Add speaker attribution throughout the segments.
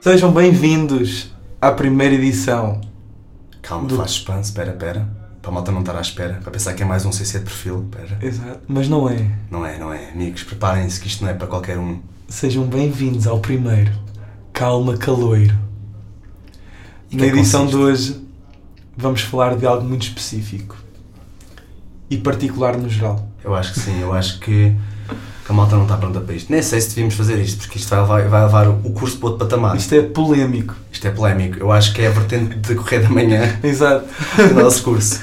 Speaker 1: Sejam bem-vindos à primeira edição.
Speaker 2: Calma,
Speaker 1: Do-
Speaker 2: faz suspense, espera, espera. Para a malta não estar à espera, para pensar que é mais um CC de perfil, espera.
Speaker 1: Exato. Mas não é.
Speaker 2: Não é, não é. Amigos, preparem-se que isto não é para qualquer um.
Speaker 1: Sejam bem-vindos ao primeiro. Calma Caloiro.
Speaker 2: E
Speaker 1: Na
Speaker 2: que
Speaker 1: edição de
Speaker 2: consiste?
Speaker 1: hoje vamos falar de algo muito específico e particular no geral.
Speaker 2: Eu acho que sim, eu acho que, que a malta não está pronta para isto. Nem sei se devíamos fazer isto, porque isto vai levar, vai levar o curso para outro patamar. Isto,
Speaker 1: Isto é polémico.
Speaker 2: é polémico. Eu acho que é a vertente de correr da manhã
Speaker 1: Exato.
Speaker 2: do nosso curso.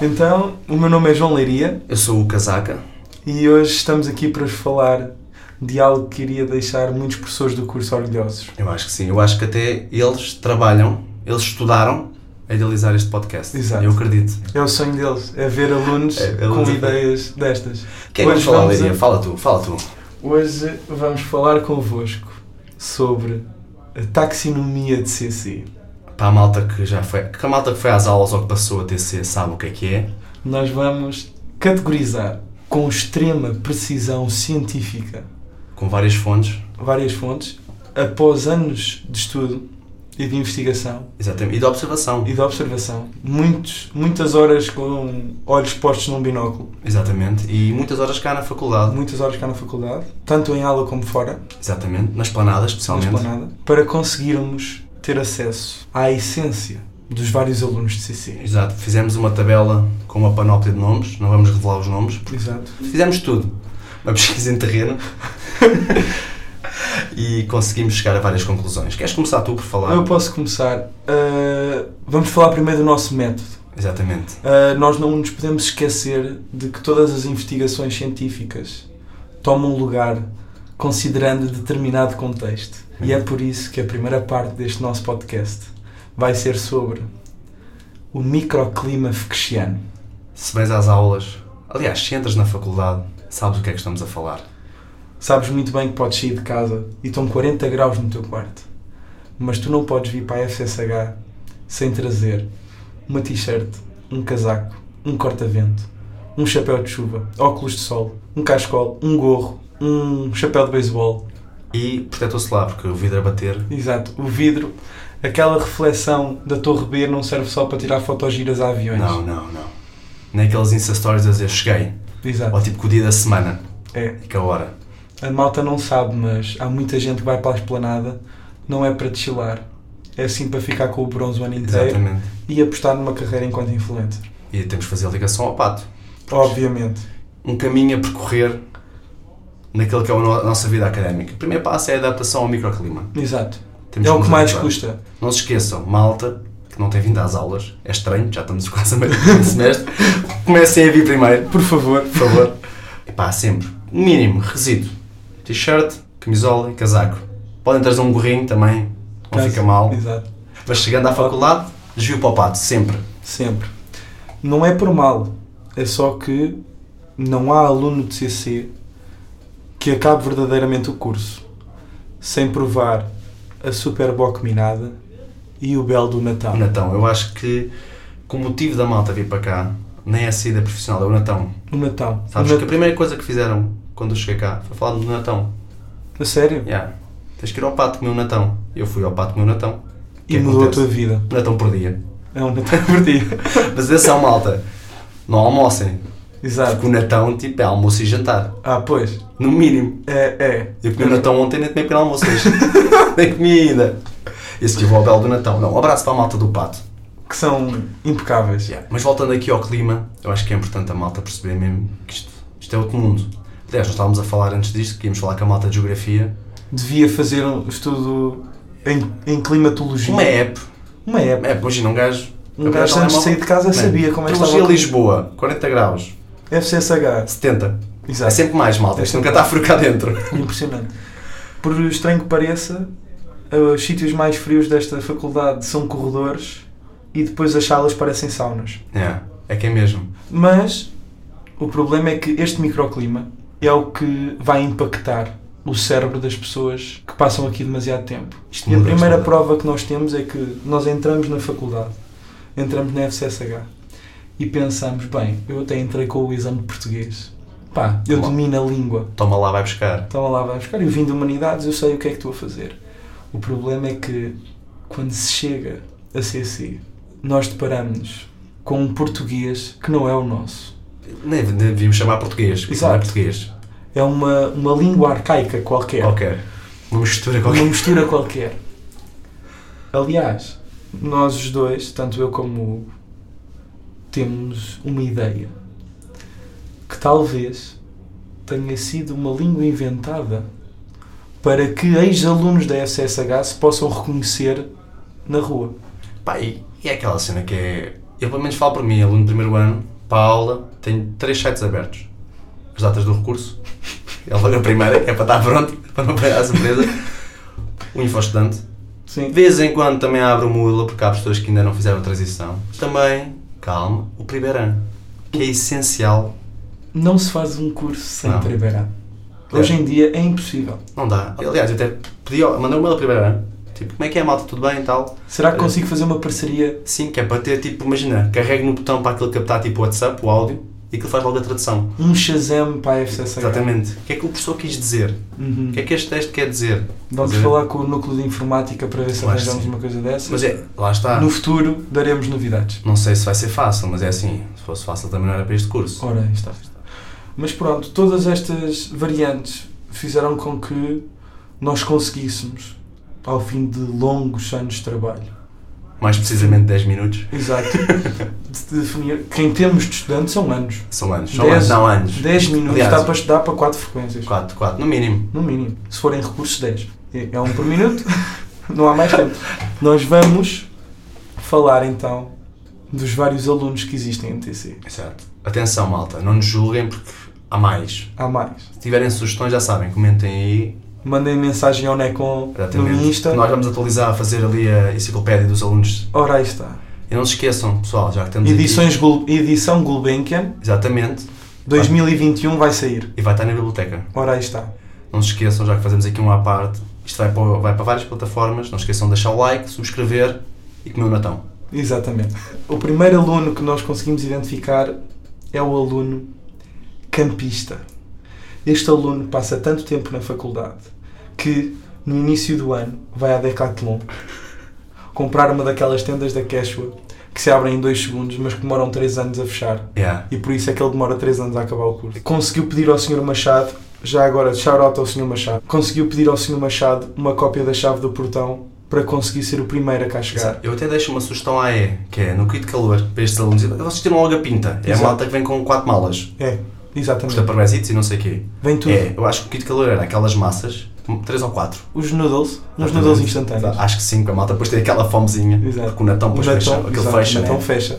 Speaker 1: Então, o meu nome é João Leiria
Speaker 2: Eu sou o Casaca.
Speaker 1: e hoje estamos aqui para vos falar de algo que iria deixar muitos professores do curso orgulhosos.
Speaker 2: Eu acho que sim. Eu acho que até eles trabalham, eles estudaram a idealizar este podcast.
Speaker 1: Exato.
Speaker 2: Eu acredito.
Speaker 1: É o sonho deles, é ver alunos
Speaker 2: É,
Speaker 1: com
Speaker 2: alunos a-
Speaker 1: ideias destas.
Speaker 2: Quem é vai
Speaker 1: Hoje
Speaker 2: falar,
Speaker 1: vamos a-
Speaker 2: Leiria? Fala tu, fala tu.
Speaker 1: Hoje vamos falar convosco sobre a taxinomia de CC.
Speaker 2: Para a malta que já foi, que a malta que foi às aulas ou que passou a TC sabe o que é que é.
Speaker 1: Nós vamos categorizar com extrema precisão científica
Speaker 2: Com várias fontes.
Speaker 1: várias fontes após anos de estudo e de investigação
Speaker 2: Exatamente. E de observação.
Speaker 1: e de observação, muitos, muitas horas com olhos postos num binóculo,
Speaker 2: Exatamente. E muitas horas cá na faculdade.
Speaker 1: muitas horas cá na faculdade, tanto em aula como fora,
Speaker 2: Exatamente. Na esplanada,
Speaker 1: na
Speaker 2: especialmente.
Speaker 1: esplanada, para conseguirmos ter acesso à essência dos vários alunos de CC.
Speaker 2: Exato. Fizemos uma tabela com uma panóplia de nomes. Não vamos revelar os nomes.
Speaker 1: Exato.
Speaker 2: Fizemos tudo. Uma pesquisa em terreno. e conseguimos chegar a várias conclusões. Queres começar tu por falar?
Speaker 1: Eu posso começar. Uh, vamos falar primeiro do nosso método.
Speaker 2: Exatamente.
Speaker 1: Uh, nós não nos podemos esquecer de que todas as investigações científicas tomam lugar considerando determinado contexto. E é por isso que a primeira parte deste nosso podcast vai ser sobre o microclima fekxiano.
Speaker 2: Se vais às aulas, aliás, se entras na faculdade, sabes o que é que estamos a falar.
Speaker 1: Sabes muito bem que podes sair de casa e estão 40 graus no teu quarto, mas tu não podes vir para a FSH sem trazer uma t-shirt, um casaco, um corta-vento, um chapéu de chuva, óculos de sol, um cascol, um gorro, um chapéu de beisebol.
Speaker 2: E protetor solar, porque o vidro a bater
Speaker 1: Exato, o vidro, aquela reflexão da Torre B não serve só para tirar fotogiras a aviões.
Speaker 2: Não, não, não. Nem aqueles Insta Stories a dizer cheguei. Ou
Speaker 1: Exato.
Speaker 2: tipo que o dia da semana
Speaker 1: É.
Speaker 2: e que a hora.
Speaker 1: A malta não sabe, mas há muita gente que vai para a esplanada, não é para deschilar. É assim para ficar com o bronze o ano inteiro.
Speaker 2: Exatamente.
Speaker 1: e apostar numa carreira enquanto influencer.
Speaker 2: E temos que fazer a ligação ao pato.
Speaker 1: Obviamente.
Speaker 2: Um caminho a percorrer naquele que é a no- a nossa vida académica. O primeiro passo é a adaptação ao microclima.
Speaker 1: Exato.
Speaker 2: Temos
Speaker 1: é o
Speaker 2: nos
Speaker 1: que mais
Speaker 2: adaptar.
Speaker 1: custa.
Speaker 2: Não se esqueçam, malta, que não tem vindo às aulas, é estranho, já estamos quase a meio do semestre. Comecem a vir primeiro,
Speaker 1: Por favor.
Speaker 2: por favor. E pá, sempre. Mínimo, resíduo. T-shirt, camisola e casaco. Podem trazer um gorrinho também, não
Speaker 1: Caso-
Speaker 2: fica mal.
Speaker 1: Exato.
Speaker 2: Mas chegando à faculdade, desvio para o pato, sempre.
Speaker 1: Sempre. Não é por mal. É só que não há aluno de CC que acabe verdadeiramente o curso sem provar a Super Boc Minada e o Belo do Natal.
Speaker 2: O Natão, eu acho que, com o motivo da malta vir para cá, nem é a saída profissional, é o Natão.
Speaker 1: O Natal.
Speaker 2: Sabes
Speaker 1: o
Speaker 2: que a primeira coisa que fizeram quando eu cheguei cá foi falar do Natão.
Speaker 1: A sério?
Speaker 2: Yeah. Tens que ir ao pato comer o Natão. Eu fui ao pato comer o Natão. O que
Speaker 1: E mudou
Speaker 2: acontece?
Speaker 1: a tua vida.
Speaker 2: Natão por dia.
Speaker 1: É um Natal por dia.
Speaker 2: Mas atenção, malta, não almocem. Porque
Speaker 1: Exato.
Speaker 2: o Natão, tipo, é almoço e jantar.
Speaker 1: Ah, pois.
Speaker 2: No mínimo.
Speaker 1: É, é.
Speaker 2: Eu comi o Natão ontem nem tomei pequeno almoço hoje. nem comi ainda. Esse tipo é o belo do Natão. Não, um abraço para a malta do pato.
Speaker 1: Que são impecáveis.
Speaker 2: Yeah. Mas voltando aqui ao clima, eu acho que é importante a malta perceber mesmo que isto, isto é outro mundo. Aliás, nós estávamos a falar antes disto, que íamos falar com a malta de geografia.
Speaker 1: devia fazer um estudo em, em climatologia.
Speaker 2: Uma app,
Speaker 1: Uma
Speaker 2: uma
Speaker 1: época.
Speaker 2: app, imagina um gajo.
Speaker 1: Um gajo antes de sair de casa sabia como é que estava.
Speaker 2: estava. Geografia Lisboa, 40 graus,
Speaker 1: FCSH.
Speaker 2: 70. É
Speaker 1: Exato.
Speaker 2: sempre mais, malta. Isto nunca está a frio cá dentro.
Speaker 1: Impressionante. Por estranho que pareça, os sítios mais frios desta faculdade são corredores e depois as salas parecem saunas.
Speaker 2: Yeah. É que é mesmo.
Speaker 1: Mas o problema é que este microclima é o que vai impactar o cérebro das pessoas que passam aqui demasiado tempo.
Speaker 2: Isto
Speaker 1: E a
Speaker 2: muda, isto
Speaker 1: primeira
Speaker 2: muda.
Speaker 1: prova que nós temos é que nós entramos na faculdade, entramos na FCSH e pensamos, bem, eu até entrei com o exame de português. Pá, eu
Speaker 2: Toma.
Speaker 1: domino a língua.
Speaker 2: Toma lá, vai buscar.
Speaker 1: Então lá vai buscar. Eu vim de humanidades, eu sei o que é que estou a fazer. O problema é que quando se chega a CC, nós deparamos-nos com um português que não é o nosso.
Speaker 2: Nem nem devíamos chamar português, porque não é
Speaker 1: Exato.
Speaker 2: português.
Speaker 1: É uma, uma língua arcaica qualquer.
Speaker 2: Qualquer. Uma mistura
Speaker 1: uma
Speaker 2: qualquer.
Speaker 1: mistura qualquer. Aliás, nós os dois, tanto eu como o Hugo, temos uma ideia que talvez tenha sido uma língua inventada para que ex-alunos da FCSH se possam reconhecer na rua.
Speaker 2: Pá, e, e é aquela cena que é. Eu pelo menos falo para mim, aluno de primeiro ano, para a aula, tenho três sites abertos. As datas do recurso, ele vai na primeira, que é para estar pronto, para não pegar a surpresa. O infostudante. De
Speaker 1: Sim.
Speaker 2: vez em quando também abro o Mula, porque há pessoas que ainda não fizeram a transição. Também, calma, o primeiro ano, que é essencial.
Speaker 1: Não se faz um curso sem
Speaker 2: Não.
Speaker 1: primeiro ano. Hoje em dia é impossível.
Speaker 2: Não dá. Aliás, eu até pedi, ao- mandei um mail ao primeiro ano. Tipo, como é que é, malta? Tudo bem e tal?
Speaker 1: Será que consigo fazer uma parceria?
Speaker 2: Sim, que é para ter, tipo, imagina, carrego no botão para aquilo captar, tipo, o WhatsApp, o áudio, e aquilo faz logo a tradução.
Speaker 1: Um Shazam para a FCSH?
Speaker 2: Exatamente. O que é que o professor quis dizer?
Speaker 1: Uhum.
Speaker 2: O que é que este teste quer dizer?
Speaker 1: Vamos
Speaker 2: Fazer-
Speaker 1: falar com o núcleo de informática para ver se
Speaker 2: Eu acho
Speaker 1: arranjamos
Speaker 2: que sim.
Speaker 1: uma coisa dessa.
Speaker 2: Mas é, lá está.
Speaker 1: No futuro daremos novidades.
Speaker 2: Não sei se vai ser fácil, mas é assim. Se fosse fácil também não era para este curso.
Speaker 1: Ora, aí está. Mas pronto, todas estas variantes fizeram com que nós conseguíssemos, ao fim de longos anos de trabalho,
Speaker 2: Mais precisamente 10 minutos.
Speaker 1: exato, de definir. Quem temos de estudante são anos.
Speaker 2: São anos. São
Speaker 1: Dez-
Speaker 2: anos, não anos.
Speaker 1: 10 minutos
Speaker 2: Aliás,
Speaker 1: dá para estudar para 4 frequências.
Speaker 2: 4, 4, no mínimo.
Speaker 1: No mínimo. Se forem recursos, 10. É- É um por minuto, não há mais tempo. Nós vamos falar então dos vários alunos que existem em TC.
Speaker 2: Exato. Atenção, malta, não nos julguem porque há mais.
Speaker 1: Há mais.
Speaker 2: Se tiverem sugestões, já sabem, comentem aí.
Speaker 1: Mandem mensagem ao Necon no
Speaker 2: Exatamente.
Speaker 1: Insta.
Speaker 2: Nós vamos atualizar, a fazer ali a enciclopédia dos alunos.
Speaker 1: Ora, aí está.
Speaker 2: E não se esqueçam, pessoal, já que temos aqui-
Speaker 1: Edições Gul- Edição Gulbenkian
Speaker 2: Exatamente.
Speaker 1: 2021 vai sair.
Speaker 2: E vai estar na biblioteca.
Speaker 1: Ora, aí está.
Speaker 2: Não se esqueçam, já que fazemos aqui um à parte, isto vai para, vai para várias plataformas. Não se esqueçam de deixar o like, subscrever e comer o Natão.
Speaker 1: Exatamente. O primeiro aluno que nós conseguimos identificar é o aluno campista. Este aluno passa tanto tempo na faculdade que no início do ano vai à Decathlon comprar uma daquelas tendas da Quechua que se abrem em 2 segundos, mas que demoram 3 anos a fechar.
Speaker 2: Yeah.
Speaker 1: e por isso é que ele demora 3 anos a acabar o curso. Conseguiu pedir ao Sr. Machado, já agora, shout-out ao Sr. Machado, conseguiu pedir ao Sr. Machado uma cópia da chave do portão para conseguir ser o primeiro a cá chegar.
Speaker 2: Eu até deixo uma sugestão à E, que é no kit de calor, para estes alunos. Vocês tiram logo a pinta. É
Speaker 1: Exato.
Speaker 2: a malta que vem com quatro malas.
Speaker 1: É,
Speaker 2: Custa
Speaker 1: exatamente.
Speaker 2: para e não sei o quê.
Speaker 1: Vem tudo.
Speaker 2: É, eu acho que o kit de calor era aquelas massas, três ou quatro.
Speaker 1: Os noodles, uns
Speaker 2: Exatamente.
Speaker 1: noodles instantâneos.
Speaker 2: Acho que sim, para a malta depois tem aquela fomezinha.
Speaker 1: Exato.
Speaker 2: Porque o Natão
Speaker 1: O
Speaker 2: depois fecha.
Speaker 1: Natão,
Speaker 2: Aquele
Speaker 1: exato,
Speaker 2: fecha.
Speaker 1: o Natão
Speaker 2: né?
Speaker 1: fecha.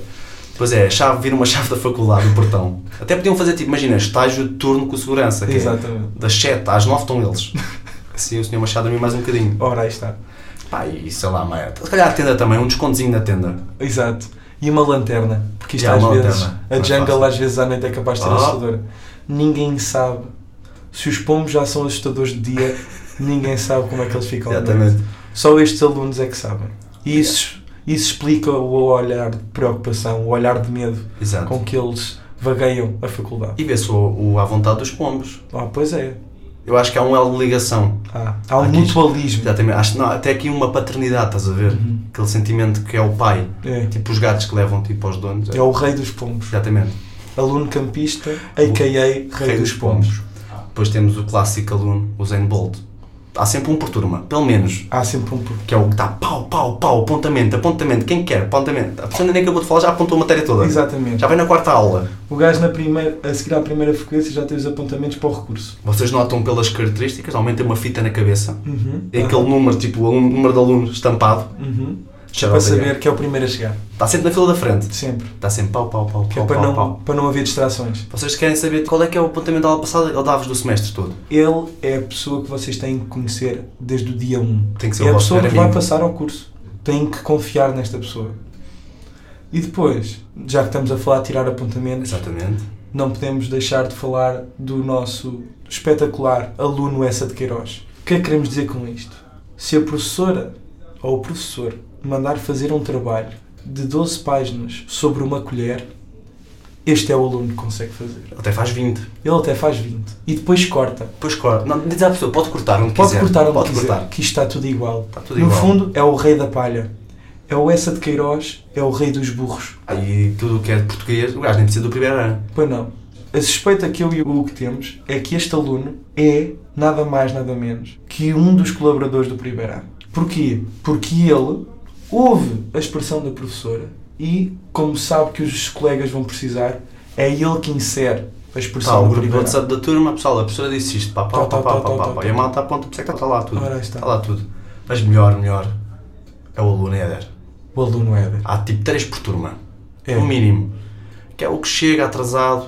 Speaker 2: Pois é, a chave vira uma chave da faculdade, o portão. Até podiam fazer tipo, imagina, estágio de turno com segurança. Que é
Speaker 1: Exatamente.
Speaker 2: das 7 às 9 estão eles. Assim o senhor Machado dormiu mais um bocadinho.
Speaker 1: Ora, aí está.
Speaker 2: Pá, e sei lá, Maia. Se calhar a tenda também, um descontozinho na tenda.
Speaker 1: Exato. E uma lanterna. Porque isto
Speaker 2: Já,
Speaker 1: às
Speaker 2: uma
Speaker 1: vezes,
Speaker 2: lanterna.
Speaker 1: a
Speaker 2: Não é
Speaker 1: jungle
Speaker 2: fácil.
Speaker 1: às vezes à noite é capaz de ser
Speaker 2: Ah.
Speaker 1: assustadora. Ninguém sabe. Se os pombos já são assustadores de dia, ninguém sabe como é que eles ficam. à noite.
Speaker 2: Exatamente.
Speaker 1: Só estes alunos é que sabem. E isso, isso explica o olhar de preocupação, o olhar de medo
Speaker 2: Exato.
Speaker 1: com que eles vagueiam a faculdade.
Speaker 2: E vê-se o, o à vontade dos pombos.
Speaker 1: Ah, pois é.
Speaker 2: Eu acho que há um elo de ligação.
Speaker 1: Ah, há um
Speaker 2: Aqui-
Speaker 1: mutualismo.
Speaker 2: Exatamente. Acho, não, até aqui uma paternidade, estás a ver?
Speaker 1: Uhum.
Speaker 2: Aquele sentimento que é o pai.
Speaker 1: É.
Speaker 2: Tipo os gatos que levam tipo aos donos.
Speaker 1: é o rei dos pombos.
Speaker 2: Exatamente.
Speaker 1: Aluno campista, a.k.a. rei, dos, pombos. Ah.
Speaker 2: Depois temos o clássico aluno, o Zen Bolt. Há sempre um por turma, pelo menos.
Speaker 1: Há sempre um por...
Speaker 2: Que é o que está pau, pau, pau, apontamento, apontamento, quem quer, apontamento. A pessoa nem acabou de falar, já apontou a matéria toda.
Speaker 1: Exatamente.
Speaker 2: Já vem na quarta aula.
Speaker 1: O gajo na primeira, a seguir à primeira frequência já tem os apontamentos para o recurso.
Speaker 2: Vocês notam pelas características, normalmente tem uma fita na cabeça.
Speaker 1: Uhum.
Speaker 2: É aquele número, tipo, o aluno- número de aluno estampado.
Speaker 1: Uhum.
Speaker 2: Já
Speaker 1: Para saber que é o primeiro a chegar.
Speaker 2: Está sempre na fila da frente.
Speaker 1: Sempre.
Speaker 2: Está sempre pau, pau, pau,
Speaker 1: Que
Speaker 2: pau,
Speaker 1: é para
Speaker 2: pau,
Speaker 1: não,
Speaker 2: pau.
Speaker 1: para não haver distrações.
Speaker 2: Vocês querem saber qual é que é o apontamento da aula passada? Ele dá-vos do semestre todo.
Speaker 1: Ele é a pessoa que vocês têm que conhecer desde o dia 1.
Speaker 2: Tem que ser
Speaker 1: é
Speaker 2: o
Speaker 1: a
Speaker 2: vosso
Speaker 1: pessoa que
Speaker 2: primeiro
Speaker 1: vai
Speaker 2: amigo.
Speaker 1: passar ao curso. Têm que confiar nesta pessoa. E depois, já que estamos a falar de tirar apontamentos,
Speaker 2: Exatamente.
Speaker 1: não podemos deixar de falar do nosso espetacular aluno Essa de Queiroz. O que é que queremos dizer com isto? Se a professora ou o professor mandar fazer um trabalho de 12 páginas sobre uma colher, Este é o aluno que consegue fazer.
Speaker 2: Até faz 20.
Speaker 1: Ele até faz 20. E depois corta.
Speaker 2: Depois corta. Não, diz à pessoa, pode cortar onde
Speaker 1: Pode
Speaker 2: quiser.
Speaker 1: cortar onde
Speaker 2: pode
Speaker 1: quiser,
Speaker 2: cortar.
Speaker 1: que isto está tudo igual.
Speaker 2: Está tudo
Speaker 1: no
Speaker 2: igual.
Speaker 1: fundo, é o rei da palha. É o Essa de Queiroz, é o rei dos burros.
Speaker 2: Aí tudo o que é de português, o gajo nem precisa do primeiro ano.
Speaker 1: Pois não. A suspeita que eu e o que temos é que este aluno é nada mais, nada menos que um dos colaboradores do primeiro ano. Porquê? Porque ele ouve a expressão da professora e, como sabe que os colegas vão precisar, é ele que insere a
Speaker 2: Está
Speaker 1: expressão
Speaker 2: Tá, o
Speaker 1: do
Speaker 2: grupo do
Speaker 1: primeiro ano.
Speaker 2: WhatsApp da turma, pessoal, a professora disse isto, pá, pá,
Speaker 1: Tá,
Speaker 2: pá,
Speaker 1: tá,
Speaker 2: pá,
Speaker 1: tá,
Speaker 2: pá,
Speaker 1: tá,
Speaker 2: pá, pá.
Speaker 1: tá.
Speaker 2: E a malta aponta, por isso é que está lá tudo.
Speaker 1: Ora, aí está.
Speaker 2: Está lá tudo. Mas melhor, melhor, é o aluno Éder.
Speaker 1: O aluno é Éder.
Speaker 2: Há tipo 3 por turma,
Speaker 1: É.
Speaker 2: no mínimo. Que é o que chega atrasado,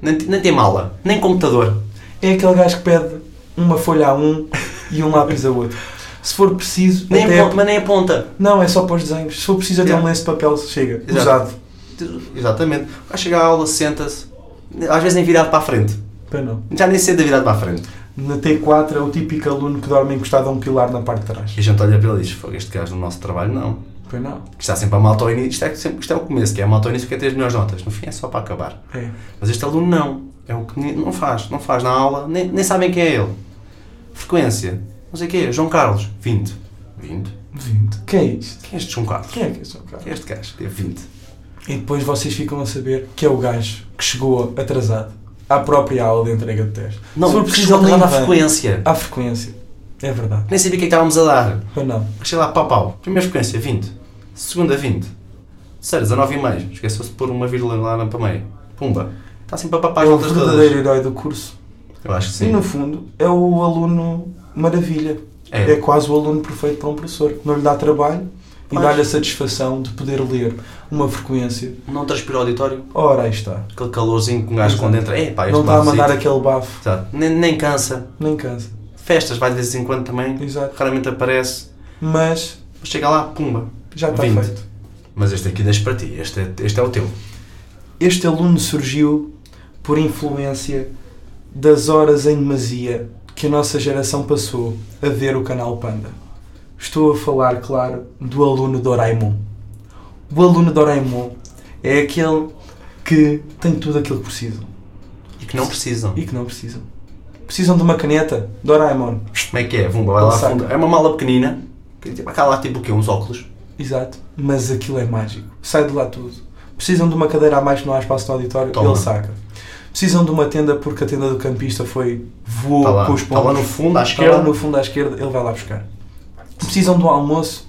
Speaker 2: nem, te- nem tem mala, nem computador.
Speaker 1: É aquele gajo que pede uma folha a um e um lápis a outro. Se for preciso,
Speaker 2: Nem
Speaker 1: até- é
Speaker 2: aponta, mas nem aponta.
Speaker 1: Não, é só para os desenhos. Se for preciso, até
Speaker 2: Yeah.
Speaker 1: um lenço de papel chega.
Speaker 2: Exato.
Speaker 1: Usado.
Speaker 2: Exatamente. O gajo chega à aula, senta-se, às vezes nem virado para a frente.
Speaker 1: Para não.
Speaker 2: Já nem senta virado para a frente.
Speaker 1: Na T4 é o típico aluno que dorme encostado a um pilar na parte de trás.
Speaker 2: E a gente olha para ele e diz: Fogo, este gajo no nosso trabalho não.
Speaker 1: Pois não.
Speaker 2: Isto Está sempre a malta ao início. Isto é, sempre, isto é o começo, que é a malta ao início que é ter as melhores notas. No fim é só para acabar.
Speaker 1: É.
Speaker 2: Mas este aluno não. É o que ni- não faz. Não faz na aula, nem, nem sabem quem é ele. Frequência. Não sei o quê. João Carlos, 20. 20?
Speaker 1: 20. Que é isto?
Speaker 2: Quem é este João Carlos?
Speaker 1: Quem é que é só cara?
Speaker 2: Quem é este gajo? Teve 20.
Speaker 1: E depois vocês ficam a saber que é o gajo que chegou atrasado à própria aula de entrega de teste.
Speaker 2: Não,
Speaker 1: Se for
Speaker 2: preciso
Speaker 1: preciso, ele
Speaker 2: nem
Speaker 1: estava
Speaker 2: à frequência.
Speaker 1: À frequência. É verdade.
Speaker 2: Nem sabia o que é que estávamos a dar.
Speaker 1: Pois não.
Speaker 2: Achei lá, pau, pau. Primeira frequência, 20. Segunda, 20. Terceira, 19 e meio. Esqueceu-se de pôr uma vírgula lá na para meio. Pumba. Está sempre a papar
Speaker 1: É
Speaker 2: as
Speaker 1: o
Speaker 2: notas
Speaker 1: verdadeiro
Speaker 2: todas.
Speaker 1: herói do curso.
Speaker 2: Eu acho que
Speaker 1: E
Speaker 2: sim.
Speaker 1: no fundo é o aluno maravilha. É, quase o aluno perfeito para um professor. Não lhe dá trabalho e
Speaker 2: Pois.
Speaker 1: dá-lhe a satisfação de poder ler uma frequência.
Speaker 2: Não transpira o auditório.
Speaker 1: Ora, aí está.
Speaker 2: Aquele calorzinho que um gajo
Speaker 1: Exato.
Speaker 2: quando entra. É, pá, este
Speaker 1: Não está a mandar
Speaker 2: malucito.
Speaker 1: aquele bafo,
Speaker 2: Exato. Nem, nem cansa.
Speaker 1: nem cansa.
Speaker 2: Festas vai de vez em quando também.
Speaker 1: Exato.
Speaker 2: Raramente aparece.
Speaker 1: Mas
Speaker 2: Mas chega lá, pumba.
Speaker 1: já está
Speaker 2: 20.
Speaker 1: feito.
Speaker 2: Mas este aqui deixa para ti. Este é, este é o teu.
Speaker 1: Este aluno surgiu por influência das horas em demasia que a nossa geração passou a ver o canal Panda. Estou a falar, claro, do aluno Doraemon. O aluno Doraemon é aquele que tem tudo aquilo que precisam
Speaker 2: E que não precisam.
Speaker 1: e que não precisam. Precisam de uma caneta? Doraemon.
Speaker 2: Como é que é? Pumba, vai lá
Speaker 1: Ele
Speaker 2: a fundo. É uma mala pequenina. Que, tipo, Acá lá tipo o quê? Uns óculos.
Speaker 1: Exato. Mas aquilo é mágico. Sai de lá tudo. Precisam de uma cadeira a mais que não há espaço no auditório,
Speaker 2: Toma.
Speaker 1: ele saca. Precisam de uma tenda porque a tenda do campista foi voou
Speaker 2: Está lá,
Speaker 1: com os
Speaker 2: tá lá no
Speaker 1: pombos.
Speaker 2: fundo, à
Speaker 1: Está lá
Speaker 2: esquerda.
Speaker 1: no fundo à esquerda, ele vai lá buscar. Precisam de um almoço,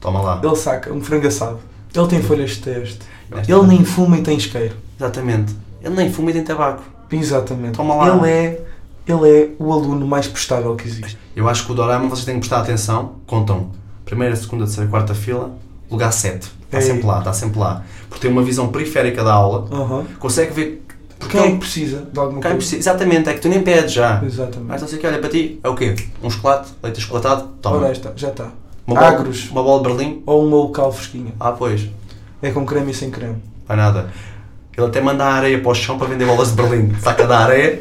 Speaker 2: Toma lá.
Speaker 1: ele saca, um frango assado. Ele tem folhas de teste.
Speaker 2: Esta-
Speaker 1: Ele nem fuma e tem isqueiro.
Speaker 2: Exatamente. Ele nem fuma e tem tabaco.
Speaker 1: Exatamente.
Speaker 2: Toma lá.
Speaker 1: Ele é, ele é o aluno mais prestável que existe.
Speaker 2: Eu acho que o Doraemon vocês têm que prestar atenção. Contam. Primeira, segunda, terceira, quarta fila. Lugar 7. Está
Speaker 1: Ei.
Speaker 2: sempre lá, está sempre lá. Porque tem uma visão periférica da aula.
Speaker 1: Aham.
Speaker 2: Consegue ver... Porque
Speaker 1: Quem é que
Speaker 2: ele-
Speaker 1: precisa de alguma
Speaker 2: quem
Speaker 1: coisa?
Speaker 2: precisa- Exatamente, é que tu nem pedes já. Mas
Speaker 1: Exatamente.
Speaker 2: não sei o que, olha para ti, é o quê? Um chocolate, leite achocolatado,
Speaker 1: Ora,
Speaker 2: toma.
Speaker 1: aí está, já está.
Speaker 2: Uma bola,
Speaker 1: Agros.
Speaker 2: uma bola de Berlim,
Speaker 1: Ou um uma local fresquinha.
Speaker 2: ah pois,
Speaker 1: É com creme e sem creme.
Speaker 2: vai nada. Ele até manda a areia para o chão para vender bolas de Berlim. Saca da areia,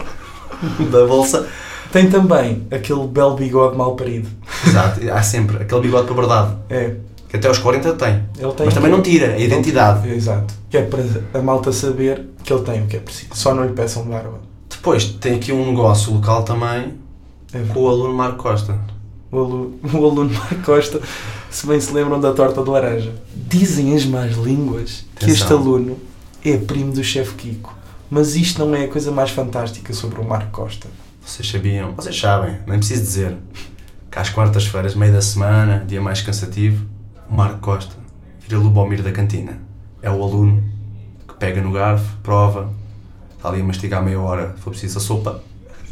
Speaker 2: da bolsa.
Speaker 1: Tem também aquele belo bigode mal parido.
Speaker 2: Exato, há sempre aquele bigode para bordado.
Speaker 1: É.
Speaker 2: Que até aos 40 tem.
Speaker 1: Ele tem
Speaker 2: Mas também não tira é a identidade.
Speaker 1: Exato. Que é para a malta saber que ele tem o que é preciso. Só não lhe peçam barba.
Speaker 2: Depois tem aqui um negócio local também
Speaker 1: É verdade.
Speaker 2: com o aluno Marco Costa.
Speaker 1: o, alu- o aluno Marco Costa, se bem se lembram da torta de laranja. Dizem as más línguas que
Speaker 2: Atenção.
Speaker 1: este aluno é primo do chefe Kiko. Mas isto não é a coisa mais fantástica sobre o Marco Costa.
Speaker 2: Vocês sabiam? Vocês sabem, nem preciso dizer. Que às quartas-feiras, meio da semana, dia mais cansativo, o Marco Costa vira Lubomir da cantina. É o aluno que pega no garfo, prova, está ali a mastigar meia hora, se for preciso a sopa,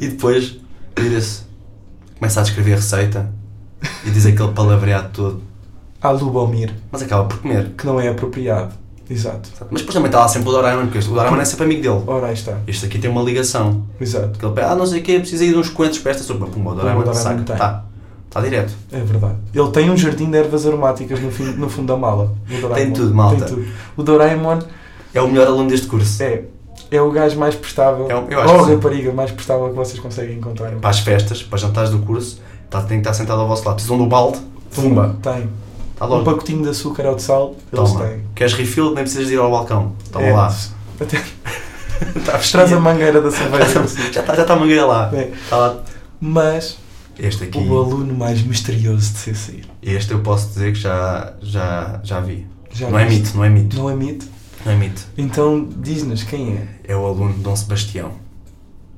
Speaker 2: e depois vira-se, começa a descrever a receita e diz aquele palavreado todo,
Speaker 1: Há Lubomir,
Speaker 2: mas acaba por comer.
Speaker 1: que não é apropriado. Exato.
Speaker 2: Mas depois também está lá sempre o Doraemon, porque este- o Doraemon é sempre amigo dele.
Speaker 1: Ora, aí está.
Speaker 2: Este aqui tem uma ligação.
Speaker 1: Exato.
Speaker 2: Porque ele pede, ah, não sei o quê, precisa ir de uns coentros para esta sopa. Pumba, o é Doraemon
Speaker 1: Pumba, o Doraemon
Speaker 2: saca.
Speaker 1: tem.
Speaker 2: Está. Está Tá, direto.
Speaker 1: É verdade. Ele tem um jardim de ervas aromáticas no, fim- no fundo da mala. O Doraemon.
Speaker 2: Tem tudo, malta.
Speaker 1: Tem tudo. O Doraemon
Speaker 2: É o melhor aluno deste curso.
Speaker 1: é, é o gajo mais prestável,
Speaker 2: É o- eu acho
Speaker 1: ou a
Speaker 2: que sim.
Speaker 1: rapariga mais prestável que vocês conseguem encontrar.
Speaker 2: Para as festas, para os jantares do curso, tá, tem que estar sentado ao vosso lado. Precisam do balde. Pumba.
Speaker 1: Tem.
Speaker 2: Está
Speaker 1: Um
Speaker 2: logo.
Speaker 1: pacotinho de açúcar ou de sal, eles
Speaker 2: Toma.
Speaker 1: têm.
Speaker 2: Queres refill? Nem precisas de ir ao balcão. Toma
Speaker 1: É,
Speaker 2: lá.
Speaker 1: Até
Speaker 2: Está
Speaker 1: traz a mangueira da cerveja.
Speaker 2: Já está já tá a mangueira lá.
Speaker 1: É.
Speaker 2: Tá lá.
Speaker 1: Mas
Speaker 2: Este aqui,
Speaker 1: o aluno mais misterioso de CC.
Speaker 2: este eu posso dizer que já, já, já vi.
Speaker 1: Já
Speaker 2: não é
Speaker 1: viste?
Speaker 2: mito, não é mito.
Speaker 1: Não é mito?
Speaker 2: Não é mito.
Speaker 1: Então diz-nos quem é.
Speaker 2: É o aluno de Dom Sebastião.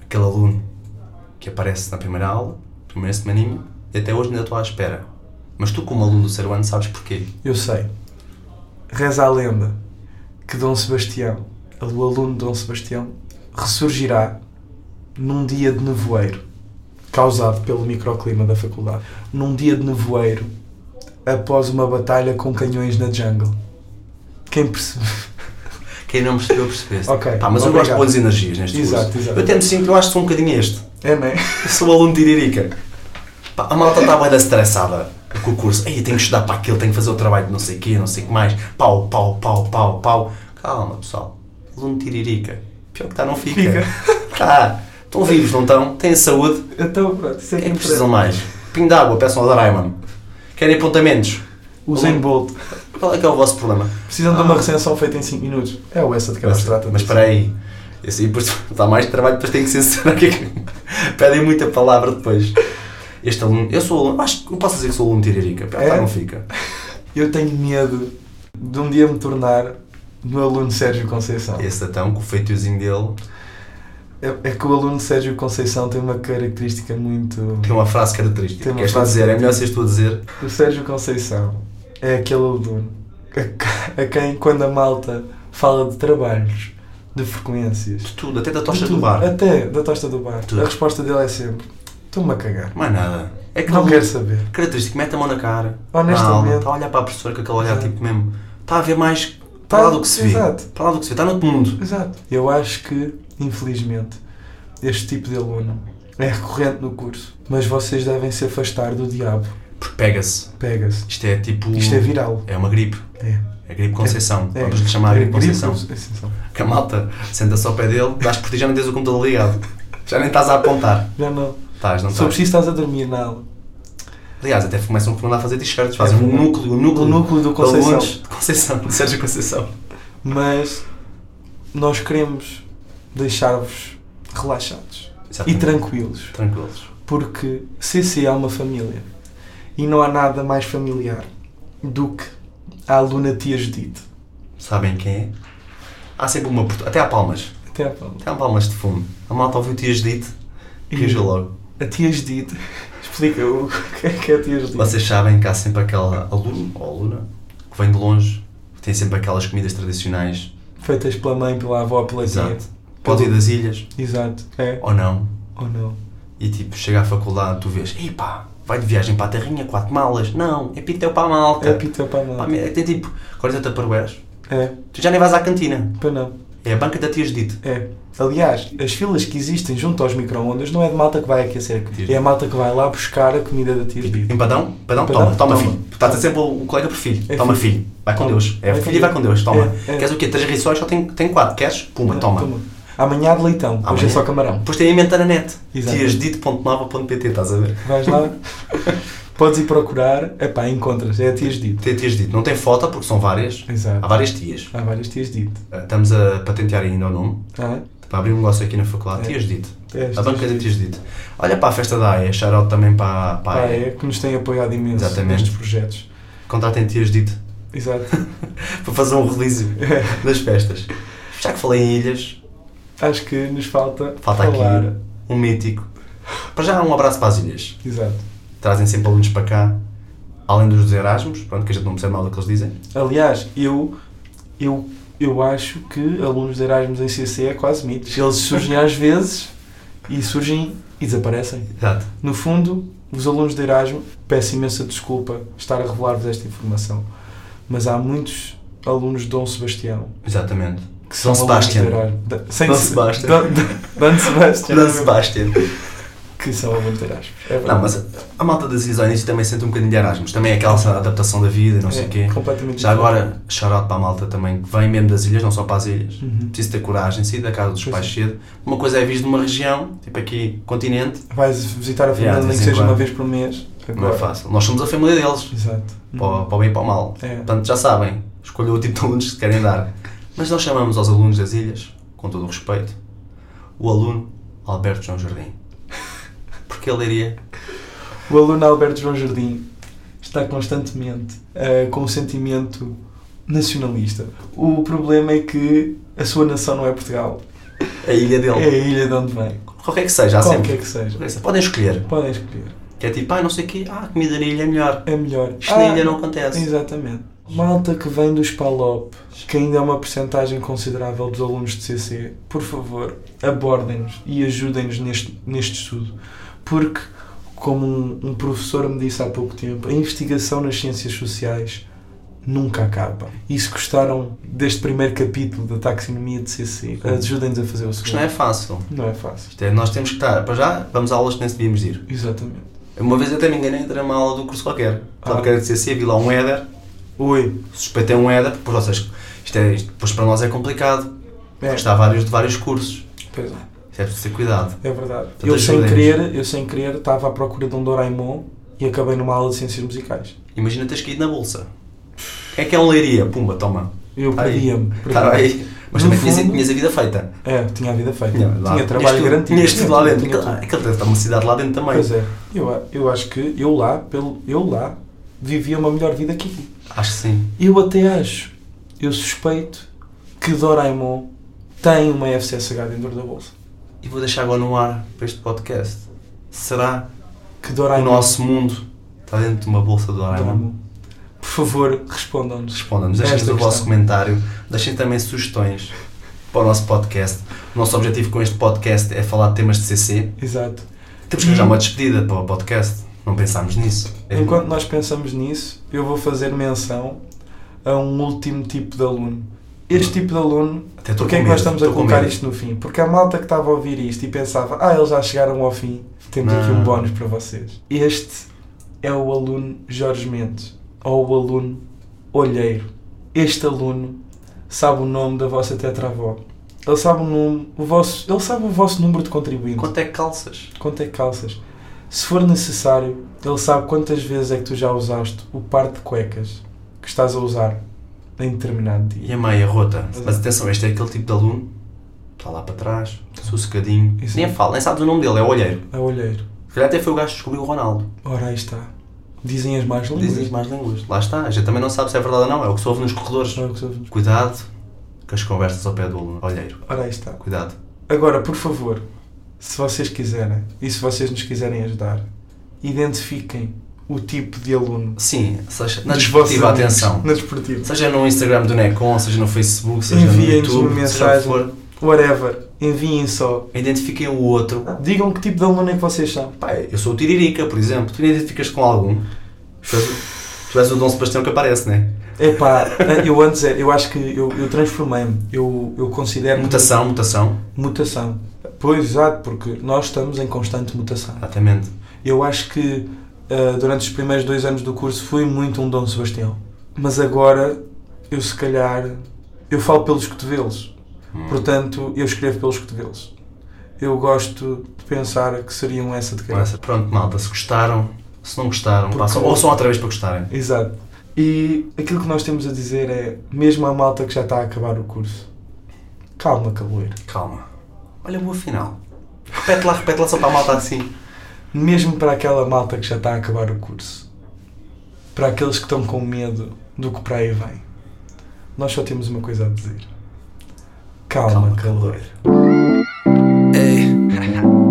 Speaker 2: Aquele aluno que aparece na primeira aula, primeira semaninha, e até hoje ainda estou à espera. Mas tu, como aluno do ser humano, sabes porquê.
Speaker 1: Eu sei. Reza a lenda que Dom Sebastião, o aluno de Dom Sebastião, ressurgirá num dia de nevoeiro causado pelo microclima da faculdade. Num dia de nevoeiro após uma batalha com canhões na jungle. Quem percebe?
Speaker 2: Quem não percebeu, percebeste.
Speaker 1: Ok,
Speaker 2: Pá, mas eu
Speaker 1: obrigado.
Speaker 2: gosto de boas energias neste
Speaker 1: Exato,
Speaker 2: curso.
Speaker 1: exato.
Speaker 2: Eu até me sinto, eu acho que sou um bocadinho este.
Speaker 1: É, não é?
Speaker 2: Eu sou o aluno de Tiririca. Pá, a malta está bem estressada com o curso. Ei, tenho que estudar para aquilo, tenho que fazer o trabalho de não sei o quê, não sei o que mais. Pau, pau, pau, pau, pau. Calma, pessoal. Aluno de Tiririca. Pior que está, não fica. Tá. Estão vivos, não estão? Têm saúde.
Speaker 1: Então pronto, isso é que
Speaker 2: O que é que
Speaker 1: interessa.
Speaker 2: precisam mais? Pinho de água, peçam ao Doraemon. Querem apontamentos?
Speaker 1: Usem Bolt.
Speaker 2: Qual é que é o vosso problema?
Speaker 1: Precisam de uma recensão feita em 5 minutos. É o essa de que ela
Speaker 2: Ah. Mas-
Speaker 1: se trata.
Speaker 2: Mas espera aí. Esse aí depois dá mais trabalho, depois tem que censurar. que é que- Pedem muita palavra depois. Este aluno. Eu sou aluno. Acho que não posso dizer que sou aluno de tiririca. Pá,
Speaker 1: É?
Speaker 2: não fica.
Speaker 1: Eu tenho medo de um dia me tornar no aluno Sérgio Conceição.
Speaker 2: Esse então, com o feitiozinho dele,
Speaker 1: É, é que o aluno Sérgio Conceição tem uma característica muito.
Speaker 2: tem uma frase característica.
Speaker 1: Tem uma
Speaker 2: Queres tu
Speaker 1: frase
Speaker 2: dizer? É melhor
Speaker 1: característica.
Speaker 2: seres tu a dizer.
Speaker 1: O Sérgio Conceição é aquele aluno a, que- a quem, quando a malta fala de trabalhos, de frequências,
Speaker 2: De tudo, até da tocha
Speaker 1: de
Speaker 2: do
Speaker 1: tudo,
Speaker 2: bar.
Speaker 1: até da tosta do bar,
Speaker 2: Tudo.
Speaker 1: a resposta dele é sempre: estou-me a cagar.
Speaker 2: Mais nada. É que
Speaker 1: Não quero saber.
Speaker 2: Característica, mete a mão na cara.
Speaker 1: Honestamente.
Speaker 2: Está a olhar para a professora com aquele olhar
Speaker 1: Exato. Tá
Speaker 2: tipo mesmo. Está a ver mais para lá do que se vê.
Speaker 1: Exato.
Speaker 2: Para lá do que se vê. Está no outro mundo.
Speaker 1: Exato. Eu acho que, infelizmente, este tipo de aluno é recorrente no curso. Mas vocês devem se afastar do diabo.
Speaker 2: Porque pega-se.
Speaker 1: Pega-se.
Speaker 2: Isto é tipo.
Speaker 1: Isto é viral.
Speaker 2: É uma gripe.
Speaker 1: É.
Speaker 2: É gripe Conceição.
Speaker 1: É.
Speaker 2: Vamos lhe chamar a gripe Conceição.
Speaker 1: Conceição.
Speaker 2: Que a malta senta-se ao pé dele, dás por ti já não tens o computador ligado. Já nem estás a apontar.
Speaker 1: Já não.
Speaker 2: Estás, não
Speaker 1: Só
Speaker 2: estás.
Speaker 1: preciso estás a dormir na aula.
Speaker 2: Aliás, até começam por mandar fazer t-shirts. Fazem
Speaker 1: É
Speaker 2: um
Speaker 1: verdade.
Speaker 2: núcleo, um núcleo.
Speaker 1: O núcleo do
Speaker 2: de
Speaker 1: Conceição.
Speaker 2: alunos De Conceição, de Sérgio Conceição.
Speaker 1: Mas nós queremos deixar-vos relaxados e
Speaker 2: Exatamente.
Speaker 1: tranquilos.
Speaker 2: Tranquilos.
Speaker 1: Porque CC é uma família. E não há nada mais familiar do que a aluna Tia Judite.
Speaker 2: Sabem quem é? Há sempre uma... portu- Até há palmas.
Speaker 1: Até à palma.
Speaker 2: Até há palmas de fundo. A malta ouviu o Tias Dite e riu logo.
Speaker 1: A tia Judite. Explica o que é que é a tia Judite.
Speaker 2: Vocês sabem que há sempre aquela aluno ou aluna que vem de longe, que tem sempre aquelas comidas tradicionais.
Speaker 1: Feitas pela mãe, pela avó, pela
Speaker 2: Exato.
Speaker 1: tia.
Speaker 2: Pode ir das ilhas
Speaker 1: Exato. É.
Speaker 2: ou não.
Speaker 1: Ou não.
Speaker 2: E tipo, chega à faculdade, tu vês, ei pá, vai de viagem para a terrinha, quatro malas. Não, é pitel para a malta.
Speaker 1: É pita para
Speaker 2: Pá,
Speaker 1: não.
Speaker 2: é, tem tipo 40 taparueres.
Speaker 1: É.
Speaker 2: Tu já nem vais à cantina.
Speaker 1: Para não.
Speaker 2: É a banca da tia Judite.
Speaker 1: É. Aliás, as filas que existem junto aos micro-ondas não é de malta que vai aquecer.
Speaker 2: Tia Judite.
Speaker 1: É a malta que vai lá buscar a comida da tia Judite.
Speaker 2: Empadão? Empadão?
Speaker 1: Empadão?
Speaker 2: Toma,
Speaker 1: Toma.
Speaker 2: toma, filho. Estás a dizer para o colega por filho.
Speaker 1: É
Speaker 2: toma,
Speaker 1: filho.
Speaker 2: filho. Vai com
Speaker 1: Toma.
Speaker 2: Deus. É
Speaker 1: Vai com
Speaker 2: filho e vai
Speaker 1: Deus.
Speaker 2: com Deus. Toma.
Speaker 1: É, é.
Speaker 2: Queres o quê? Três rissóis? Só tem, tem quatro. Queres? Puma, toma.
Speaker 1: Amanhã há de leitão. Hoje é
Speaker 2: Amanhã.
Speaker 1: só camarão.
Speaker 2: Depois tem a emenda na net.
Speaker 1: Exato.
Speaker 2: Tiasdito.nova.pt, estás a ver?
Speaker 1: Vais lá. Podes ir procurar. Epá, encontras. É a tia Judite.
Speaker 2: Tem tias dito. Não tem foto, porque são várias. Há
Speaker 1: Exato.
Speaker 2: várias tias.
Speaker 1: Há várias tias Judite.
Speaker 2: Ah, Estamos a patentear ainda o nome.
Speaker 1: Ah,
Speaker 2: Para abrir um negócio aqui na faculdade.
Speaker 1: É.
Speaker 2: Tias dito.
Speaker 1: é as
Speaker 2: A
Speaker 1: tias
Speaker 2: banca da
Speaker 1: Judite.
Speaker 2: tias dito. Olha para a festa da AE. Shoutout também para, para a
Speaker 1: Pá,
Speaker 2: AE.
Speaker 1: é que nos tem apoiado imenso
Speaker 2: Exatamente.
Speaker 1: nestes projetos.
Speaker 2: Contratem tias dito.
Speaker 1: Exato.
Speaker 2: Para fazer um release
Speaker 1: É.
Speaker 2: das festas. Já que falei em ilhas,
Speaker 1: Acho que nos falta,
Speaker 2: falta
Speaker 1: falar.
Speaker 2: aqui um mítico. Para já, um abraço para as ilhas.
Speaker 1: Exato.
Speaker 2: Trazem sempre alunos para cá. Além dos Erasmus, pronto, que a gente não percebe mal do que eles dizem.
Speaker 1: Aliás, eu, eu, eu acho que alunos de Erasmus em CC é quase mitos. Eles surgem às vezes e surgem e desaparecem.
Speaker 2: Exato.
Speaker 1: No fundo, os alunos de Erasmus, peço imensa desculpa estar a revelar-vos esta informação, mas há muitos alunos de Dom Sebastião
Speaker 2: Exatamente.
Speaker 1: que
Speaker 2: Dom
Speaker 1: alunos de
Speaker 2: Sebastião.
Speaker 1: Erasmus. Da- sem
Speaker 2: Dom
Speaker 1: se-
Speaker 2: Sebastião.
Speaker 1: Dom- Dom- Dom Sebastião.
Speaker 2: Dan Sebastian.
Speaker 1: Que são alunos de Erasmus. É verdade.
Speaker 2: Não, mas a malta das ilhas ao início também sente um bocadinho de Erasmus. Também é aquela cena da adaptação da vida e não sei o
Speaker 1: É,
Speaker 2: quê.
Speaker 1: Completamente
Speaker 2: Já
Speaker 1: diferente.
Speaker 2: agora, shoutout para a malta também, que vem mesmo das ilhas, não só para as ilhas.
Speaker 1: Uhum.
Speaker 2: Preciso ter coragem, sair da casa dos
Speaker 1: Pois
Speaker 2: pais
Speaker 1: é.
Speaker 2: cedo. Uma coisa é vir de uma região, tipo aqui, continente,
Speaker 1: Vais visitar a
Speaker 2: Yeah,
Speaker 1: família,
Speaker 2: de
Speaker 1: nem
Speaker 2: vez
Speaker 1: que
Speaker 2: em
Speaker 1: seja
Speaker 2: quando.
Speaker 1: uma vez por mês.
Speaker 2: não é fácil. Nós somos a família deles,
Speaker 1: Exato.
Speaker 2: para, o- para o bem e para o mal.
Speaker 1: É.
Speaker 2: Portanto, já sabem, escolham o tipo de alunos que querem dar. Mas nós chamamos aos alunos das ilhas, com todo o respeito, o aluno Alberto João Jardim. Porque ele iria
Speaker 1: O aluno Alberto João Jardim está constantemente eh, com um sentimento nacionalista. O problema é que a sua nação não é Portugal,
Speaker 2: a ilha
Speaker 1: é
Speaker 2: dele.
Speaker 1: a ilha de onde vem.
Speaker 2: Qualquer que seja, há sempre.
Speaker 1: Qualquer que seja.
Speaker 2: Podem escolher.
Speaker 1: Podem escolher.
Speaker 2: Que é tipo, ah, não sei o quê, ah, a comida na ilha é melhor.
Speaker 1: É melhor.
Speaker 2: Isto na ilha não acontece.
Speaker 1: Exatamente. Malta que vem dos PALOP, que ainda é uma percentagem considerável dos alunos de CC, por favor, abordem-nos e ajudem-nos neste, neste estudo. Porque, como um, um professor me disse há pouco tempo, a investigação nas ciências sociais nunca acaba. E se gostaram deste primeiro capítulo da taxonomia de CC, ajudem-nos a fazer o
Speaker 2: Isto não é
Speaker 1: segundo.
Speaker 2: fácil.
Speaker 1: Não é fácil.
Speaker 2: Isto é, nós temos que estar, para já, vamos a aulas que nem devíamos ir.
Speaker 1: Exatamente.
Speaker 2: Uma vez eu até me enganei, era uma aula do curso qualquer. Estava
Speaker 1: Ah.
Speaker 2: ah. querendo dizer assim, vi lá um éder,
Speaker 1: Oi.
Speaker 2: suspeitei um éder, pois, ou seja, isto é, isto, pois para nós é complicado.
Speaker 1: É,
Speaker 2: Isto há vários de vários cursos.
Speaker 1: pois é.
Speaker 2: Isto é preciso ter cuidado.
Speaker 1: É verdade.
Speaker 2: Portanto,
Speaker 1: Eu sem,
Speaker 2: ajudem-nos.
Speaker 1: querer, eu sem querer estava à procura de um Doraemon e acabei numa aula de ciências musicais.
Speaker 2: Imagina teres que ir na bolsa. Quem é que é um leiria? Pumba, toma.
Speaker 1: Eu
Speaker 2: Tá aí.
Speaker 1: perdia-me.
Speaker 2: Está aí. Mas
Speaker 1: No
Speaker 2: também tinhas,
Speaker 1: fundo-
Speaker 2: tinhas a vida feita.
Speaker 1: É, tinha a vida feita.
Speaker 2: Tinha,
Speaker 1: tinha
Speaker 2: lá- tinhas
Speaker 1: trabalho
Speaker 2: tudo-
Speaker 1: garantido.
Speaker 2: Tinhas tudo lá
Speaker 1: Tinha
Speaker 2: dentro.
Speaker 1: tudo.
Speaker 2: Aquela aquela deve estar uma cidade lá dentro também.
Speaker 1: Pois é. Eu, a- eu acho que eu lá, pelo, eu lá, vivia uma melhor vida que aqui.
Speaker 2: Acho que sim.
Speaker 1: Eu até acho, eu suspeito que Doraemon tem uma FCSH dentro da bolsa.
Speaker 2: E vou deixar agora no ar para este podcast. Será
Speaker 1: Que
Speaker 2: o
Speaker 1: Doraemon...
Speaker 2: nosso mundo está dentro de uma bolsa de Doraemon?
Speaker 1: Doraemon. Por favor, respondam-nos.
Speaker 2: Respondam-nos, deixem-nos
Speaker 1: Esta
Speaker 2: o vosso
Speaker 1: questão.
Speaker 2: comentário, deixem também sugestões para o nosso podcast. O nosso objetivo com este podcast é falar de temas de CC.
Speaker 1: Exato.
Speaker 2: Temos que arranjar uma despedida para o podcast. Não pensámos nisso.
Speaker 1: Hum.
Speaker 2: É
Speaker 1: Enquanto nós pensamos nisso, eu vou fazer menção a um último tipo de aluno. Este tipo de aluno,
Speaker 2: Até estou
Speaker 1: porquê é
Speaker 2: com
Speaker 1: que nós
Speaker 2: medo,
Speaker 1: estamos a
Speaker 2: estou com
Speaker 1: colocar
Speaker 2: medo.
Speaker 1: isto no fim? Porque a malta que estava a ouvir isto e pensava, ah, eles já chegaram ao fim, temos aqui um
Speaker 2: Não.
Speaker 1: bónus para vocês. Este é o aluno Jorge Mendes, ou o aluno Olheiro. Este aluno sabe o nome da vossa tetravó. Ele sabe o nome, o vosso, ele sabe o vosso número de contribuinte
Speaker 2: Quanto é que calças?
Speaker 1: quanto é que calças. Se for necessário, ele sabe quantas vezes é que tu já usaste o par de cuecas que estás a usar em determinado dia.
Speaker 2: E a meia rota. Mas atenção, este é aquele tipo de aluno que está lá para trás, sossegadinho.
Speaker 1: Isso.
Speaker 2: Nem fala, nem sabes o nome dele, é o olheiro.
Speaker 1: A olheiro.
Speaker 2: Se calhar até foi o gajo que descobriu o Ronaldo.
Speaker 1: Ora, aí está. Dizem as mais línguas.
Speaker 2: Dizem mais línguas. Lá está, a gente também não sabe se é verdade ou não, é o que se ouve nos corredores.
Speaker 1: Não é o que se ouve.
Speaker 2: Cuidado com as conversas ao pé do aluno. Olheiro,
Speaker 1: Ora, aí está.
Speaker 2: cuidado.
Speaker 1: Agora, por favor, se vocês quiserem e se vocês nos quiserem ajudar, identifiquem o tipo de aluno.
Speaker 2: Sim, seja na
Speaker 1: dos vossos
Speaker 2: desportiva,
Speaker 1: amigos.
Speaker 2: atenção.
Speaker 1: Na desportiva.
Speaker 2: Seja no Instagram do Necon, seja no Facebook, seja
Speaker 1: Enviem-nos
Speaker 2: no YouTube,
Speaker 1: uma
Speaker 2: seja
Speaker 1: mensagem.
Speaker 2: o que
Speaker 1: Whatever. Enviem só.
Speaker 2: for. Identifiquem o outro.
Speaker 1: Digam que tipo de aluno é que vocês são.
Speaker 2: Pai, eu sou o Tiririca, por exemplo. Tu identificas com algum? Tu és, o- tu és o Dom Sebastião que aparece, né?
Speaker 1: Epá, eh, eu antes era, eu acho que eu, eu transformei-me, eu, eu considero
Speaker 2: É Mutação, mutação.
Speaker 1: mutação. Pois, exato, porque nós estamos em constante mutação.
Speaker 2: Exatamente.
Speaker 1: Eu acho que ah, durante os primeiros dois anos do curso fui muito um Dom Sebastião, mas agora eu se calhar, eu falo pelos cotovelos, portanto eu escrevo pelos cotovelos. Eu gosto de pensar que seria um essa de
Speaker 2: Com
Speaker 1: cabeça.
Speaker 2: essa. Pronto, malta, se gostaram, se não gostaram,
Speaker 1: Porque-
Speaker 2: passam, ouçam outra vez para gostarem.
Speaker 1: Exato. E aquilo que nós temos a dizer é, mesmo à malta que já está a acabar o curso, calma, caloeiro.
Speaker 2: Calma. Olha, boa final. Repete lá, repete lá só para a malta assim.
Speaker 1: mesmo para aquela malta que já está a acabar o curso, para aqueles que estão com medo do que para aí vem, nós só temos uma coisa a dizer: calma,
Speaker 2: Calma,
Speaker 1: calor.
Speaker 2: calor.
Speaker 3: Hey.